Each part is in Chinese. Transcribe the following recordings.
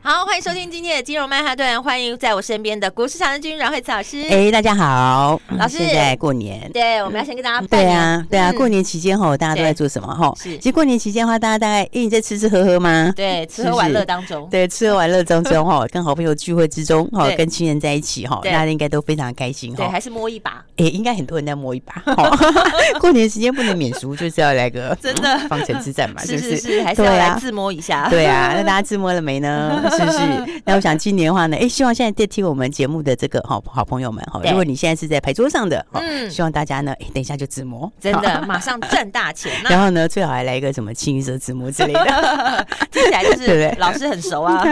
好，欢迎收听今天的金融曼哈顿，欢迎在我身边的股市常的君阮慧慈老师。哎、大家好，老师现在过年。对，我们要先跟大家拜对年嗯啊，对啊，过年期间吼，大家都在对做什么吼？是其实过年期间的话，大家大概，哎，你在吃吃喝喝吗？对吃是喝不玩乐是当中，对，吃喝玩乐当中 哈，跟好朋友聚会之中哈对，跟亲人在一起哈，对大家应该都非常开心对哈。还是摸一把，哎，应该很多人在摸一把哈。 过年时间不能免俗，就是要来个真的防城之战 嘛，是不是是？是，还是要对啊来自摸一 下。对啊，那大家自摸了没呢？是不是？那我想今年的话呢，哎、希望现在在听我们节目的这个好好朋友们哈，对如果你现在是在牌桌上的，哦嗯希望大家呢，哎、等一下就自摸，真好。的，马上赚大 钱！那然后呢，最好还来一个什么清一色自摸之 类的，听起来就对是不对老师很熟 啊，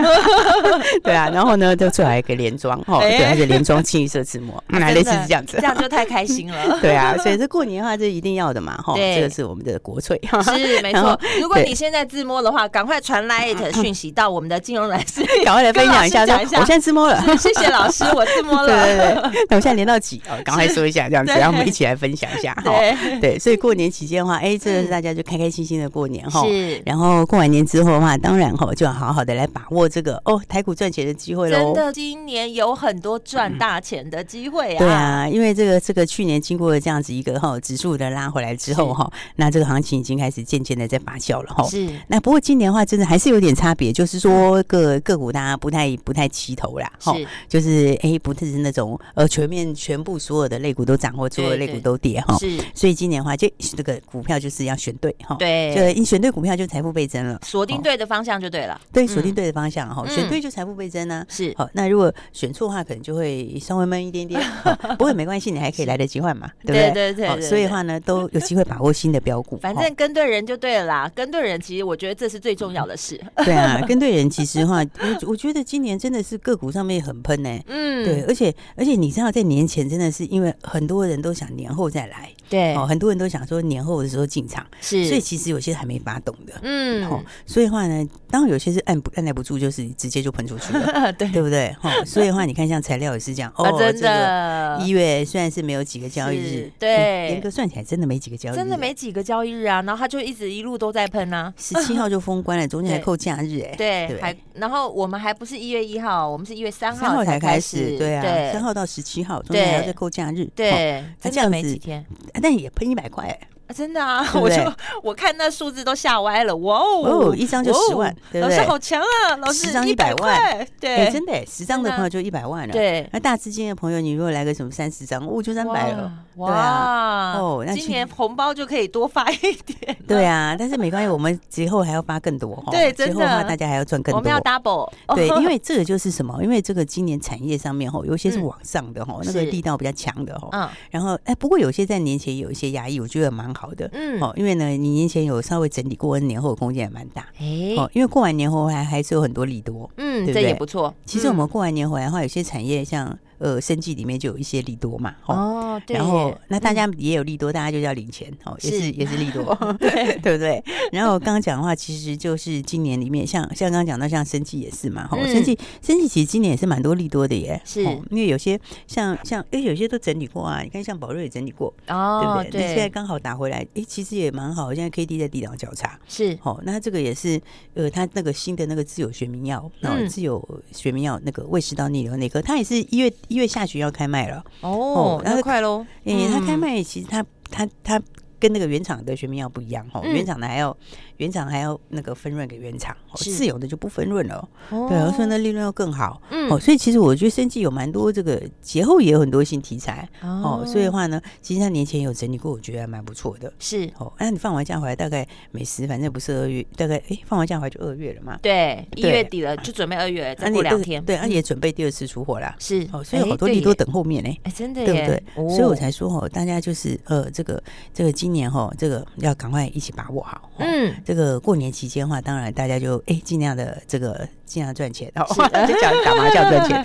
对啊。然后呢，就最好还有一个连装哈，哎对啊，就连装清一色自 摸，那类似是这样子这。样就太开心 了。对啊，所以这过年的话，这一定要的嘛哈，对这个是我们的国粹。是没然错后，如果对你现在自摸的话，赶快传来的讯息到我们的金融软室， 赶快来分享一下，跟说老师讲一下我现在自摸了，谢谢老师，我自摸对 对了。对，那我现在连到几哦，赶快说一下这样子，对然后我们一起来分享一下哈。对，所以过年期间的话，哎，真的是大家就开开心心的过年哈。嗯是然后过完年之后的话，当然哈，就要好好的来把握这个哦，台股赚钱的机会真。喽的，今年有很多赚大钱的机会啊！对，啊，因为这个这个去年经过了这样子一个哈指数的拉回来之后哈，那这个行情已经开始渐渐的在发酵了哈。是那不过今年的话，真的还是有点差别，就是说个个股大家不太不太齐头啦，齁是就是哎，不是那种呃全面全部所有的类股都涨或所有的对类对股都跌哈。齁是，所以今年的话，就这个股票就是要选对哈，齁对就你选对股票就财富倍增了，锁定齁对的方向就对了。对，锁定嗯对的方向哈，齁嗯选对就财富倍增呢。是好，那如果选错的话，可能就会稍微闷一点点， 齁不过没关系，你还可以来得及换嘛，对不对对？对对齁对所以对的话呢，都有机会把握新的标股。 反齁正跟对人就对了啦，跟对人其实我觉得这是最重要的事。 对啊，跟对人其实话，我我觉得今年真的是个股上面很喷呢、欸嗯，对，而且而且你知道，在年前真的是因为很多人都想年后再来，对哦，很多人都想说年后的时候进场，是，所以其实有些还没发动的，哦嗯，，所以的话呢，当然有些是按不按耐不住，就是直接就喷出 去了， 对对不对？哦，所以的话，你看像材料也是这样，啊哦，，真这的个一月虽然是没有几个交易是日，对哎严格算起来真的没几个交易日，欸真的没几个交易日啊，然后他就一直一路都在喷啊。十七号就封关了，中间还对扣假日，哎，对，不还然后我们还不是一月一号，我们是一月三三号号才开开始，始，对啊，三对号到十七号，中间还要对再扣假日，哦，对，那真的这样没子几天，但也喷一百块，哎啊真的啊，对不我就对我看那数字都吓歪了，哇哦哦，，一张就哇哦十万，对不老师对？好强啊，老十师张一百100万块，哎，对，真的哎，十张真的的啊朋友就一百万了。，对，那大资金的朋友，你如果来个什么三十张，哦，就三百了。哇，对哇哦那今去年红包就可以多发一点， 对啊，但是没关系，我们节后还要发更多哈。对真的节后的话，大家还要赚更我们。多要 double，对，哦因为这个就是什么？因为这个今年产业上面哦哈，有一些是嗯往上的哦哈，那个是力道比较强的哈。嗯然后哎，不过有些在年前有一些压抑，我觉得蛮好的。嗯，哦，因为呢，你年前有稍微整理过，年后的空间也蛮大。哎哦，，因为过完年后还还是有很多利多。嗯，对不这也对不错。其实我们嗯过完年回来的话，有些产业像呃，生技里面就有一些利多嘛，哦。哦，对，然后，那大嗯家也有利多，大家就叫领钱哦，也是是也是利 多， 对对不对？然后我刚刚讲的话，其实就是今年里面，像像刚刚讲到，像生技也是嘛，哈、嗯生技生技其实今年也是蛮多利多的耶，是哦因为有些像像哎，有些都整理过啊，你看像宝瑞也整理过，哦，对不对？那现在对，刚好打回来，哎，其实也蛮好，现在 K D 在地档交叉，是哦，那这个也是呃，它那个新的那个自有学名药，然嗯后自有学名药那个胃食道逆流内科，它也是一月一月下旬要开卖了。哦哦，那那个快喽，诶、它开嗯卖其实它它它跟那个原厂的学名药不一样哦，嗯原厂的还要原厂还要那个分润给原厂，哦、是自有的就不分润了。哦对，啊所以那利润要更好。嗯哦，所以其实我觉得生计有蛮多这个节后也有很多新题材哦，所以的哦话呢，其实它年前有整理过，我觉得还蛮不错的。是哦，那你放完假回来，大概美食反正不是二月，大概诶，放完假回来就二月了嘛。对一对月底了，就准备二月，那再你过两对天，对，而嗯且准备第二次出货啦。是哦，所以哎好多对利多耶等后面呢，哎，真的对不耶对？所以我哦才说哦，大家就是呃，这个这个今年哈，这个要赶快一起把握好。哦， 嗯，这个过年期间的话，当然大家就哎尽量的这个尽量赚钱，哦，啊 就讲打麻将 赚钱，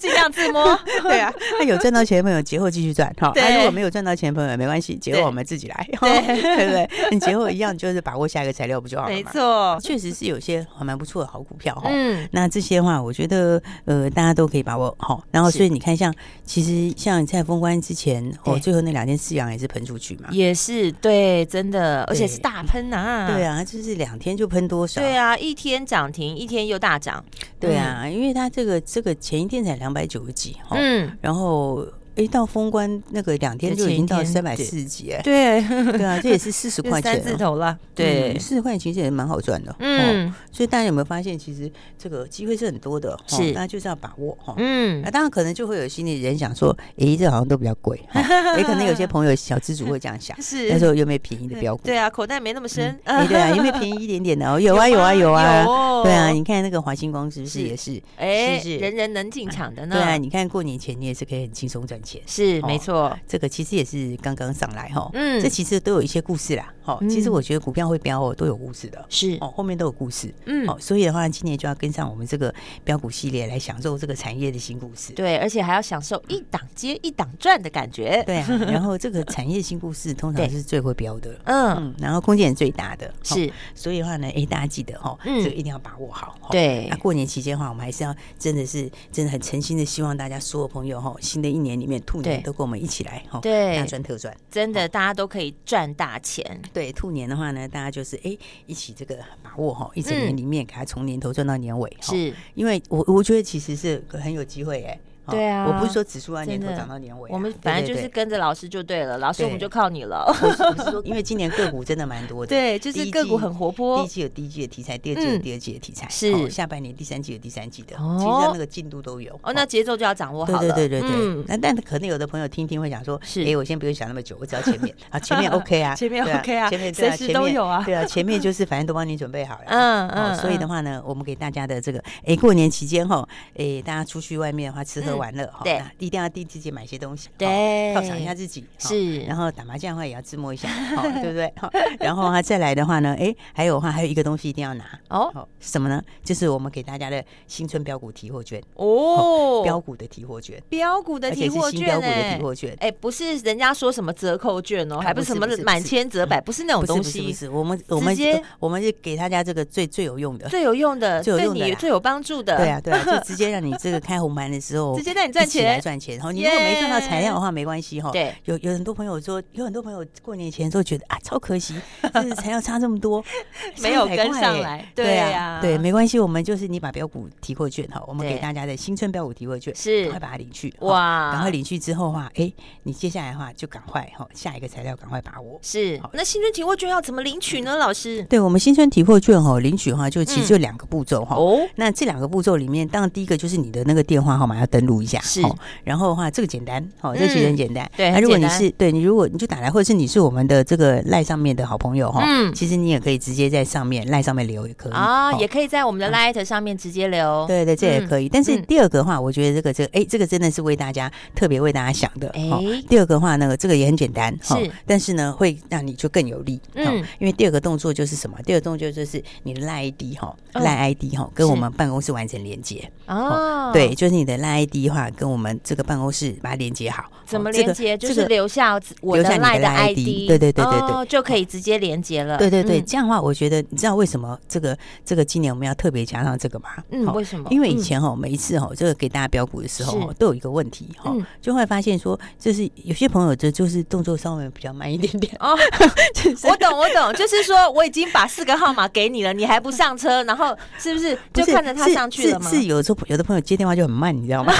尽量自摸，对啊，那有赚到钱的朋友节后继续赚哈，对那、如果没有赚到钱的朋友也没关系，节后我们自己来，对不 对？你节后一样就是把握下一个材料不就好 了没嘛？错，确实是有些还蛮不错的 好股票哈。嗯，那这些的话，我觉得呃，大家都可以把握好。然后，是所以你看像，其实像在封关之前，哦，对最后那两天四阳也是喷出去嘛，也是对，真的，而且对是大喷呐，对，啊，就是两天就喷多少？对啊，一天涨停，一天又大涨，对啊，因为它这个这个前一天才两百九十几，哦，嗯，然后一到封关那个两天就已经到三百四十几，哎，对， 对 啊，这也是四十块钱三哦、嗯字头了，对，四十块其实也蛮好赚的，哦，嗯所以大家有没有发现，其实这个机会是很多的，哦是大家就是要把握哈。哦嗯啊，，当然可能就会有心里人想说，诶，这好像都比较贵， 哈也、可能有些朋友小资主会这样想，是嗯哎但，是有没有便宜的标股？嗯对啊，口袋没那么深，诶，对啊，有没有便宜一点点的？哦， 有啊，有啊，有啊，对啊，，你看那个华星光是不是是也是？哦哎，是是人人能进场的呢，对啊，你看过年前你也是可以很轻松赚钱，是哦没错，这个其实也是刚刚上来哈，嗯这其实都有一些故事啦，哈，其实嗯我觉得股票会飙哦，都有故事的。是，哦，后面都有故事，嗯哦，所以的话，今年就要跟上我们这个标股系列，来享受这个产业的新故事。对，而且还要享受一档接一档赚的感觉。对 啊，然后这个产业新故事通常对是最会标的，嗯，嗯，然后空间也最大的，哦是，所以的话呢，哎，大家记得哈，嗯这个一定要把握好。哦对那过年期间的话，我们还是要真的是真的很诚心的希望大家所有朋友哈，新的一年里面兔年对都跟我们一起来哈，对大赚特赚。真的，大家都可以赚大钱。对兔年的话呢，大家就是哎一起这个把握哦哈，一整年嗯里面给它从年头赚到年尾。哦是因为我我觉得其实是很有机会哎。哦对啊我不是说指数要年头真的涨到年尾啊、我们反正就是对。对对跟着老师就对了，老师对我们就靠你了。我是我是说，因为今年个股真的蛮多的，对，就第一是季个股很活第一泼，季有第一季的题材，第二季有嗯第二季的题材，是哦下半年第三季有第三季的，哦其实它那个进度都有。 哦，那节奏就要掌握好对了。对对对对嗯，那但可能有的朋友听听会想说，是哎，我先不用想那么久，我只要前面 啊，前面 OK 啊，前面对 OK 啊前面对随时前面都有啊对啊，前面就是反正都帮你准备好了， 嗯哦，嗯所以的话呢，我们给大家的这个，哎，过年期间哈，哎，大家出去外面的话，吃嗯喝玩乐哈，哦对那一定要替自己买些东西，嗯对哦犒赏一下自己，哦哎是然后打麻将的话也要自摸一 下，哦对不对？哦然后啊，再来的话呢，哎，还有的话还有一个东西一定要拿。哦哦，什么呢？就是我们给大家的新春标股提货券，哦，标股的提货券，标股的而且提是货新券标股的哎提。货券。哎，不是人家说什么折扣券哦，啊还不是什不是么不是满千折百，不是那种不是东不哦是不西，是，我们我们直接我们是给大家这个最最有用的，最有用的， 最有对用的你啦最有帮助的。对啊，对啊，就直接让你这个开红盘的时候直接带你一赚起来钱。赚钱。然后你如果没赚到材料的话，没关系哈。对，，有有很多朋友说，有很多朋友过年前都觉得啊，超可惜，就是材料差这么多 没有300块跟上耶来对对啊啊，对，没关系，我们就是你把标股提过券哈，我们对给大家的新春标股提过券，是赶快把它领去哈哇赶快领去之后的话，哎，你接下来的话就赶快哈，下一个材料赶快把握。是好，那新春提货券要怎么领取呢？老师，对我们新春提货券哈，领取的话就其嗯实就两个步骤哈。哦，那这两个步骤里面，当然第一个就是你的那个电话号码要登录一下，是嗯哦然后的话，这个简单，哦，这其实很简单。对那很如果简你单是对你，如果你就打来，或者是你是我们的这个赖上面的好朋友哈，哦嗯其实你也可以直接在上面赖上面留也可以啊，哦也可以在我们的 Light 上面直接留。对对，这也可以。但是嗯第二个的话，我觉得这个这个，哎，这个真的是为大家特别为大家想的。哦哎第二个的话呢，这个也很简单，哦是但是呢，会让你就更有力。嗯哦因为第二个动作就是什么？第二个动作就是你的赖 ID 哈，嗯赖 ID 哈，哦跟我是们办公室完成连接。哦，对，，就是你的赖 ID 的话，跟我们这个办公室把它连接好。怎么哦这个连接？就这是个留下我留的下你的 Light 的 LINE ID，对对对对对哦就可以直接连接了。对对对，嗯，这样的话，我觉得你知道为什么这个这个今年我们要特别加上这个吗？嗯，哦为什么？因为以前哦哈，每一次哈，这个给大家标股的时候是哦，都有一个问题哈嗯，就会发现说，就是有些朋友这就是动作稍微比较慢一点 点，嗯。哦，我懂，我懂，就是说我已经把四个号码给你了，你还不上车，然后是不是不就是看着他是上去了吗？是是有的时候有的朋友接电话就很慢，你知道吗？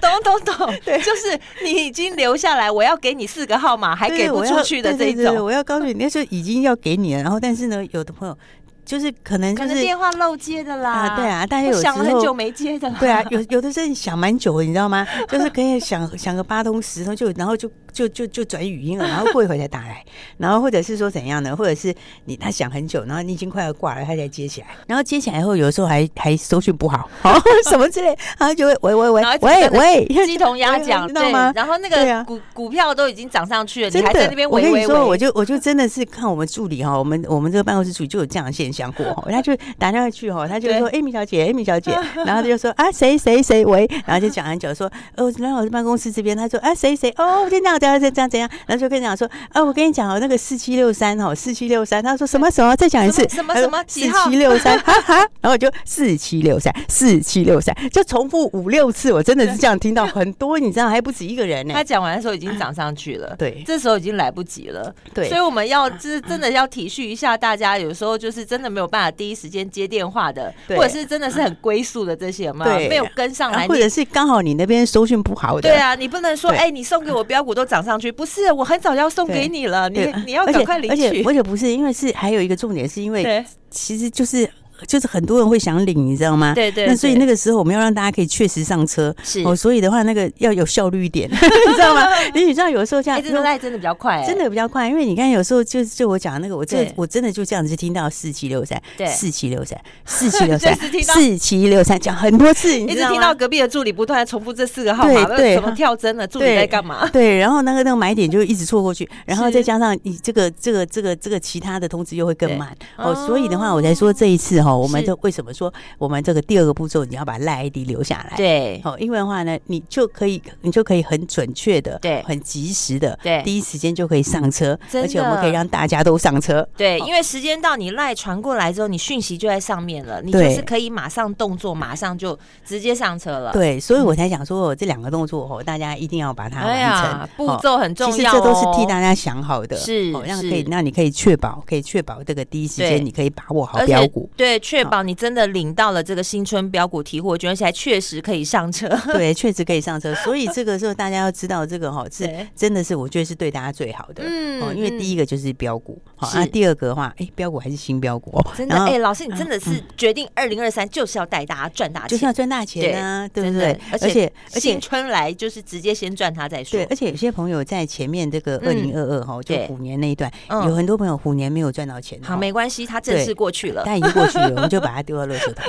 懂懂懂，就是你已经留下来，我要给你四个号码， 还给对不我要出去的这对一对对种，我要告 诉你，那时候已经要给你了，然后但是呢，有的朋友就是可能就可能是电话漏接的啦。啊，对，啊，但是我有时想了候很久没接的啦。 对啊，有有的时候你想蛮久的，你知道吗？就是可以想想个八通十通就，然后就就就就转语音了，然后过一会儿才打来，然后或者是说怎样呢？或者是你他想很久，然后你已经快要挂了，他才接起来，然后接起来后，有的时候还还搜讯不好，好什么之类，然后就会喂喂喂然后喂喂， 鸡同鸭讲，知道吗对？然后那对啊个股股票都已经涨上去了，你真还在那边啊的，我喂跟你喂说，我喂。就我就真的是看我们助理哈，我们我们这个办公室助理就有这样的现象过哦，他就打电话去哈，他就说：“哎，米小姐，哎，米小姐。” 然后他就说：“啊，谁谁谁喂。”然后就讲很久，说：“哦，然后我在办公室这边。”他说：“啊，谁谁哦，就那样，这样，这样，这样。”然后就跟你讲说：“啊，我跟你讲哦，那个四七六三哦，四七六三。”他说：“什么什么？再讲一次，什么什么四几号七六三，哈哈。”然后我就四七六三，四七六三，就重复五六次，我真的是这样听到很多，你知道还不止一个人呢他。讲完的时候已经涨上去了，对这时候已经来不及了。对所以我们要就是真的要体恤一下大家，有时候就是真的没有办法第一时间接电话的，对或者是真的是很龟速的这些嘛，对没有跟上来，啊或者是刚好你那边收讯不好的，对啊，你不能说对哎、你送给我标股都涨上去，不是，我很早就要送给你了，你对，你要赶快领而且而且取。而且不是，因为是还有一个重点，是因为对其实就是就是很多人会想领，你知道吗？对对那所以对那个时候我们要让大家可以确实上车，是哦，所以的话那个要有效率一点， 你知 道吗？因为你知道有时候这哎、样。这个赖真的比较快、哎真的比较快，因为你看，有时候就就我讲的那个，我真的对我真的就这样子听到四七六三，对四七六三，四七六 三就是听，到四七六三，讲很多次，你一知直道吗听到隔壁的助理不断地重复这四个号码，对那对怎么跳针了？助理对在干嘛？ 对，然后那个那个买点就一直错过去，然后是再加上你这个这个这个这个其他的通知又会更慢哦，哦所以的话我才说这一次哈、哦，我们是这为什么说我们这个第二个步骤你要把赖 ID 留下来？。对哦，因为的话呢，你就可以，你就可以很准确的，对很及时的，对第一时间就可以上车，真而且我们的可以让大家都上车， 对，哦因为时间到，你赖传过来之后，你讯息就在上面了，你就对是可以马上动作，马上就直接上车了。，对，所以我才想说，哦这两个动作哦，大家一定要把它嗯哎完成呀，，步哦骤很重其实要、哦，这都是替大家想好的，是哦，让是可以，那你可以确保，可以确保这个第一时对间你可以把握好而标且 股。对，确保你真的领到了这个新春标股提货券，而且还确实可以上车。 对，确实可以上车，所以这个时候大家要知道，这个哈是对真的是我觉得是对大家最好的，嗯哦，因为第一个就是标股，好、那、是第二个的话，哎，标股还是新标股哦，真的然后哎、老师，你真的是决定二零二三就是要带大家赚大就是要钱，赚大钱啊，对真不的对？而而且而且新春来就是直接先赚它再说对，。而且有些朋友在前面这个二嗯零二二哈，就对虎年那一段，嗯有很多朋友虎年没有赚到钱，好，哦没关系，它正式对过去了。但已经过去了，我们就把它丢到垃 圾桶。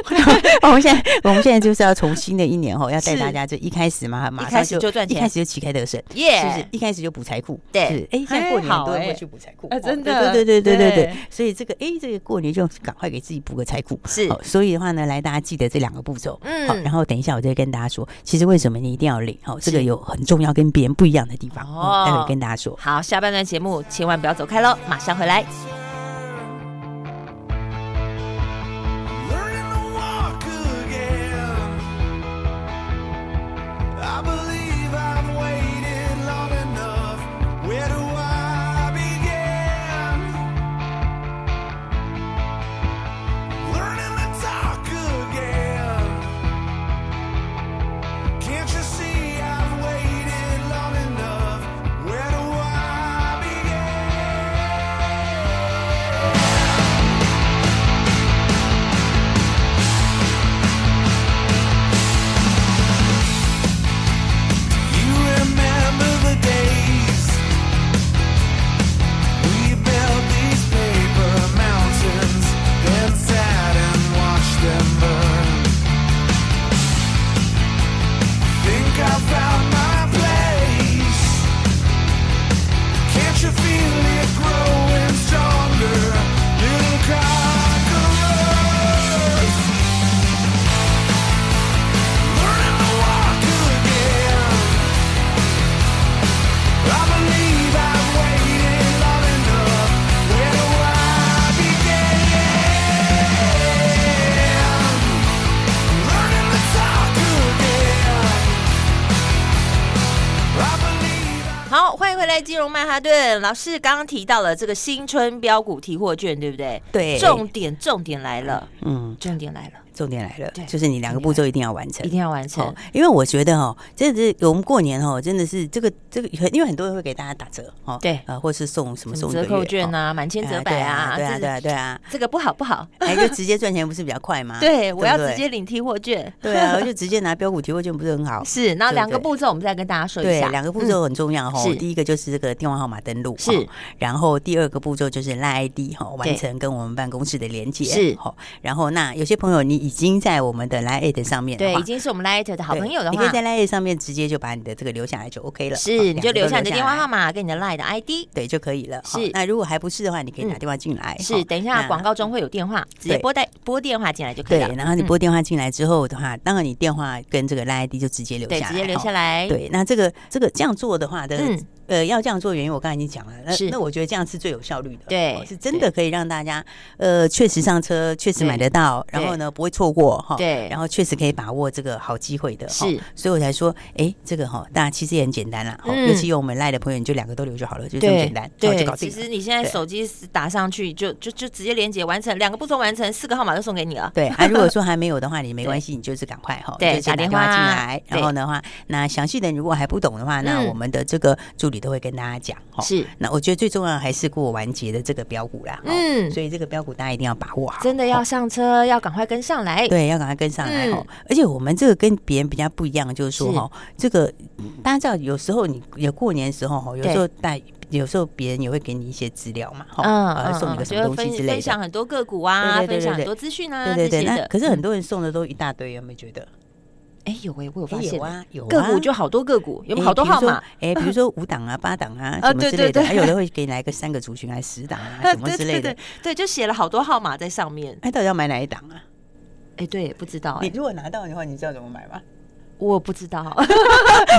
我们现在，我们现在就是要从新的一年后，要带是大家就一开始嘛，马一开上始就赚钱一开始就旗开得胜，耶是不是？一开始就补财库，对是哎，现在过年哎好很多人哎会去补财库啊，哦真的对对对对对对对。所以这个哎，这个过年就赶快给自己补个财库。是好所以的话呢，来大家记得这两个步骤，嗯好，然后等一下我再跟大家说，其实为什么你一定要领，哦，这个是有很重要跟别人不一样的地方，哦哦，待会跟大家说。好，下半段节目千万不要走开喽，马上回来。 Learning to walk again. I believe I've waited long enough. Where do I begin? Learning to talk again. Can't you see I've waited long enough? Where do I begin? You remember the days we built these paper mountains, then sat and watched them burn. Think I found my place. Can't you feel it growing stronger, little conquerors? Learning to walk again. I believe I've waited long enough. Where do I begin? Learning to talk again. I believe. 好，欢迎回来，金融曼哈顿老师刚刚提到了这个新春标股提货券，对不对？对重点重点来了，嗯，重点来了，重点来了对，就是你两个步骤一定要完成一。定要完成哦，因为我觉得哦，这是我们过年哦，真的是这个这个，因为很多人会给大家打折哦，对呃，或是送什么什送么一个折扣月券哦啊，满千哎折百啊，对啊，对啊，这对 啊，这个不好不好，对啊哎，就直接赚钱不是比较快吗？ 对啊不我要直接领提货券，对 啊，我就直接拿标股提货券不是很好？是，那对两个对步骤我们再跟大家说一对下，，两个步嗯骤很重要哈是。第一个就是这个电话号码登录，是哦然后第二个步骤就是拉 ID 对哈，哦完成跟我们办公室的连接是好。然后那有些朋友你已经在我们的拉 ID 上面的对，话已经是我们 Light 的好对朋友的你可以话在，Line 上面直接就把你的这个留下来就 OK 了，哦是，你就留下你的电话。两个都留号来码跟你的 Light 的 ID，对就可以了。是哦那如果还不是的话，你可以打嗯电话进来。是，哦等一下那广告中会有电话，直接对拨带拨电话进来就可以对了，，然后你嗯拨电话进来之后的话，当然你电话跟这个 Line ID 就直接留下对，来，直接留哦下来，对，那这个这个这样做的话的，哎嗯呃，要这样做的原因我刚才已经讲了，那是那我觉得这样是最有效率的，对哦是真的可以让大家呃确实上车，确实买得到，对然后呢不会错过哈，对然后确实可以把握这个好机会的，哈是，所以我才说，哎，这个哈，大家其实也很简单啦，哈嗯尤其有我们赖的朋友，你就两个都留就好了，就这么对简单，哦就对搞，定其了。实你现在对手机打上去就就就直接连接完成，两个步骤完成，四个号码就送给你了。对，啊，如果说还没有的话，你没关系，你就是赶快哈，对你就打先打电电话话进来，对然后的话，那详细的如果还不懂的话，那嗯我们的这个助理都会跟大家讲哈。是，那我觉得最重要还是过完节的这个标股啦，嗯，嗯，所以这个标股大家一定要把握好，哦真的要上车，要赶快跟上来。对，要赶快跟上来哦嗯。而且我们这个跟别人比较不一样，就是说是哈，这个嗯大家知道，有时候你有过年的时候哦哈，有时候带，有时候别人也会给你一些资料嘛，哈，呃送你个什嗯么就东分西之类分享的。很多个股啊，对对对分对享很对多资讯啊，对对对，这些那的。可是很嗯多人送的都一大堆，有没有觉得？哎有哎，我有哎发现有啊，有啊个股就好多个股，有没有好多号码？哎，比如说五 档啊、八档啊啊什么之类对对对的，还有的会给你来个三个族群，还十档啊什么之类的 对。，对，就写了好多号码在上面。哎，到底要买哪一档啊？哎，对，不知道你哎，如果拿到的话，你知道怎么买吗？ 我不知道。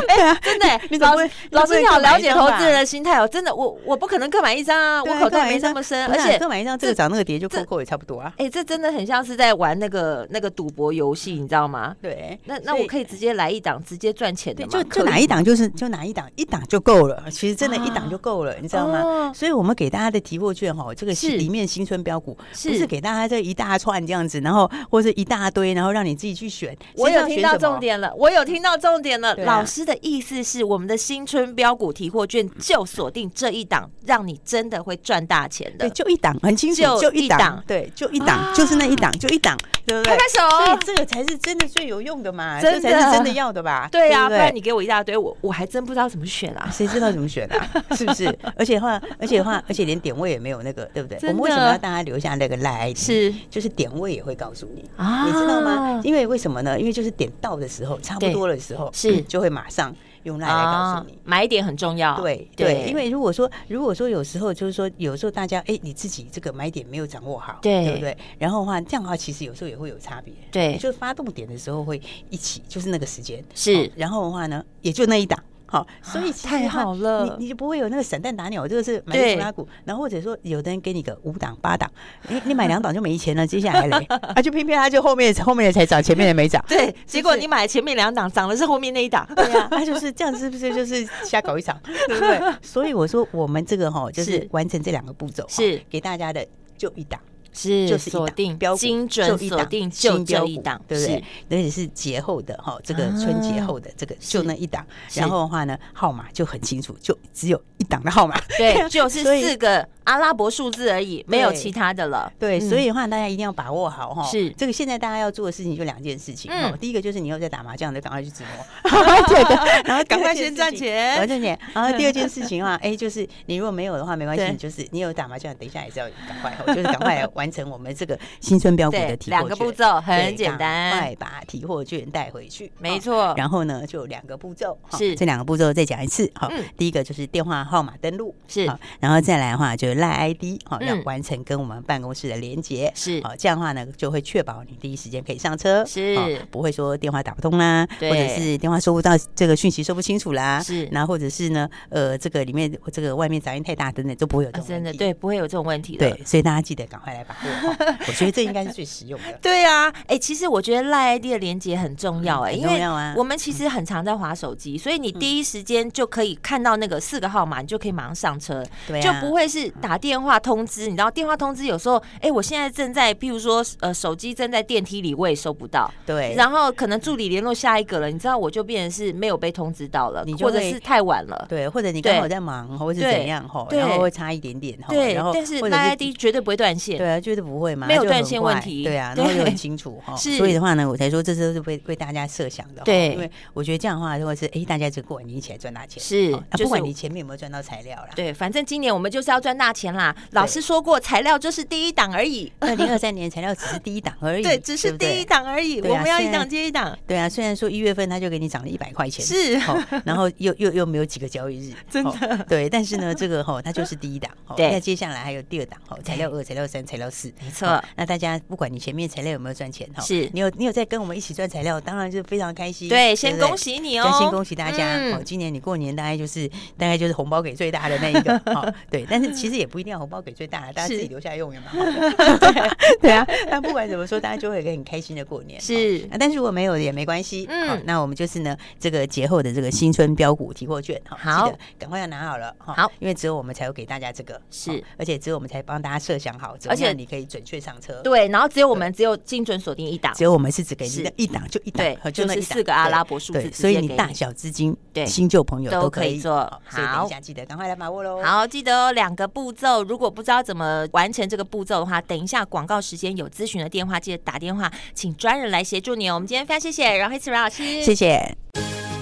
哎，真的哎，你怎么老会老师你好，了解投资人人，的心态哦。真的，我我不可能各买一张啊，啊对我啊口各袋买没一那张么深，不而是啊且各买一张这个涨那个跌就这扣扣也差不多啊。哎，这真的很像是在玩那个那个赌博游戏，你知道吗？对，那那所以我可以直接来一档，直接赚钱的对，吗？就可就以哪一档就是就哪一档，一档就够了。其实真的，嗯啊一档就够了，你知道吗？哦所以我们给大家的提货券哈，这个是里面新春标股是不是给大家这一大串这样子，然后或者一大堆，然后让你自己去选。我谁知有道听选到什么重点了，我有听到重点了。对啊老师的意思是，我们的新春标股提货券就锁定这一档，让你真的会赚大钱的对，。就一档，很清楚，就就一一档啊档，对，就一档，就是那一档，就一档，对不对拍？拍所以手，哦这个才是真的最有用的嘛，真的这才是真的要的吧？对呀、不不然你给我一大堆，我我还真不知道怎么选啊。谁知道怎么选 啊？是不是？而且的话，而且的话，而且连点位也没有那个，对不对？真的我们为什么要大家留下那个赖 ID？是就是点位也会告诉你。啊你知道吗？因为为什么呢？因为就是点到的时候，差不多的时候，是啊就会马上用赖来告诉你。买点很重要。对对，因为如果说如果说有时候就是说，有时候大家哎，你自己这个买点没有掌握好，对不对？然后的话，这样的话其实有时候也会有差别，对就发动点的时候会一起，就是那个时间是啊好然后的话呢，也就那一档。好，所以其实的话太好了你你就不会有那个散弹打鸟，这个是买对一拉股，然后或者说有的人给你个五档八档，哎，你买两档就没钱了，接下来 嘞，啊，就偏偏他就后面后面的才涨，前面的没 涨，对，结果是你买前面两档，涨的是后面那一档。对啊，他就是这样，是不是就是瞎搞 一场，对不对？啊 所以我说我们这个哈，就是是完成这两个步骤哈，是给大家的就一档，是就是一档锁定标股精就准一锁档定就新这标一股档，对不是对？ 而且是节后的哈，这个啊春节后的这个是就那一档，是然后的话呢，号码就很清楚，就只有一档的号码， 对，就是所以四个阿拉伯数字而已，没有对其他的了。对，所嗯以的话，大家一定要把握好哈。是这个现在大家要做的事情就两件事情。嗯哦，第一个就是你又在打麻将的，赶快去直播， 对的， 然后赶快第二件先赚事情钱赶快赚钱。然后第二件事情 的话，哎，就是你如果没有的话，没关系，对你就是你有打麻将，等一下也是要赶快，哦就是赶快 来完成我们这个新春标股的对，提货两个券步骤很对简赶单快，把提货券带回去，没哦错。然后呢，就有两个步骤，哈是这两个步骤再讲一次哈。嗯第一个就是电话号码登录是好然后再来的话就是赖 ID 哈，嗯要完成跟我们办公室的连接是好，这样的话呢就会确保你第一时间可以上车，是好不会说电话打不通啦，对或者是电话收不到这个讯息收不清楚啦，是然后或者是呢呃这个里面这个外面杂音太大等等都不会有啊这种真的问题对，不会有这种问题的。对，所以大家记得赶快来把 握好，我觉得这应该是最实用的。对啊，哎、其实我觉得赖 ID 的连接很重要、哎、很因重为要啊嗯我们其实很常在划手机，所以你第一时间就可以看到那个四个号码，你就可以马上上车，对啊就不会是打电话通知。你知道电话通知有时候，哎、我现在正在，譬如说，呃，手机正在电梯里，我也收不到。对，然后可能助理联络下一个了，你知道我就变成是没有被通知到了你，就或者会是太晚了。对，或者你对刚好在忙，或者是对怎样吼，对然后会差一点点吼，对然后，但是或者赖是 ID 绝对不会断线。对啊，就是不会嘛，没有就很断线问快题对啊，对然后又很 清楚哈，是所以的话呢，我才说这都是为为大家设想的哈，对因为我觉得这样的话，如果是哎，大家这过完年一起来赚大钱，是哦啊就是不管你前面有没有赚到材料啦，对，反正今年我们就是要赚大钱啦。老师说过，材料就是第一档而已。二零二三年材料只是第一档而已， 对，只是不对第一。档而已，对啊我们要一现在档接一档。对啊，虽然说一月份它就给你涨了一百块钱， 是哦，然后又又又没有几个交易日，真的、对，但是呢，这个哈、哦、它就是第 一档，哦对那接下来还有第二档，哦，材料二、材料三、材料四，没错哦那大家不管你前面材料有没有赚钱，哈、是你有你有在跟我们一起赚材料，当然就非常开心。对，先不对恭。喜你哦真，心恭喜大家！嗯哦，今年你过年大概就是大概就是红包给最大的那一个，哦，对。但是其实也不一定要红包给最大的，大家是自己留下来用也蛮好的。 对啊，但不管怎么说，大家就会有一个很开心的过年。哦是啊，但是如果没有也没关系。嗯好，那我们就是呢，这个节后的这个新春标股提货券，哈好记得赶快要拿好了，哈好，因为只有我们才有给大家这个，是好而且只有我们才帮大家设想好，而而且且你可以准确上车。。对，然后只有我们只有精准锁定一档只，有我们是只给是你的一档就一档对，好就那是一档四个阿对拉伯数字对，直所以接你给大你小资金，对新旧朋友都都可可以以做好所以等好一下记得赶快来把握喽。，好，记得哦，两个步骤。如果不知道怎么完成这个步骤的话，等一下广告时间有咨询的电话，记得打电话，请专人来协助你哦。我们今天非常谢谢阮黑慈阮老师，谢谢。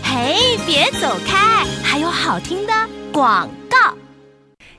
嘿，别走开，还有好听的广告。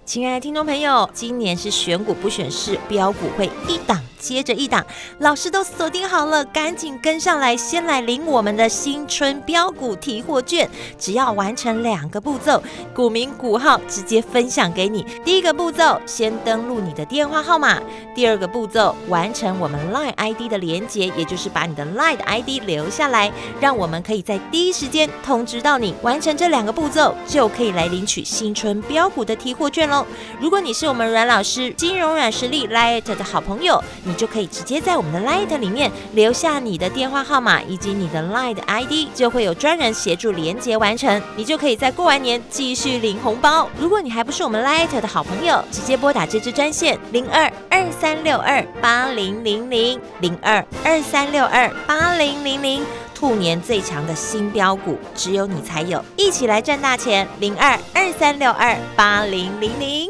亲爱的听众朋友，今年是选股不选市，标股会一档接着一档，老师都锁定好了，赶紧跟上来，先来领我们的新春标股提货券，只要完成两个步骤，股民股号直接分享给你。第一个步骤，先登录你的电话号码；第二个步骤，完成我们 Line ID 的连接，也就是把你的 Line 的 ID 留下来，让我们可以在第一时间通知到你。完成这两个步骤，就可以来领取新春标股的提货券喽。如果你是我们阮老师金融软实力 Light 的好朋友，你就可以直接在我们的 Light 里面留下你的电话号码以及你的 Light 的 ID，就会有专人协助连接完成，你就可以在过完年继续领红包。如果你还不是我们 Light 的好朋友，直接拨打这支专线零二二三六二八零零零零二二三六二八零零零。兔年最强的新标股，只有你才有，一起来赚大钱！零二二三六二八零零零。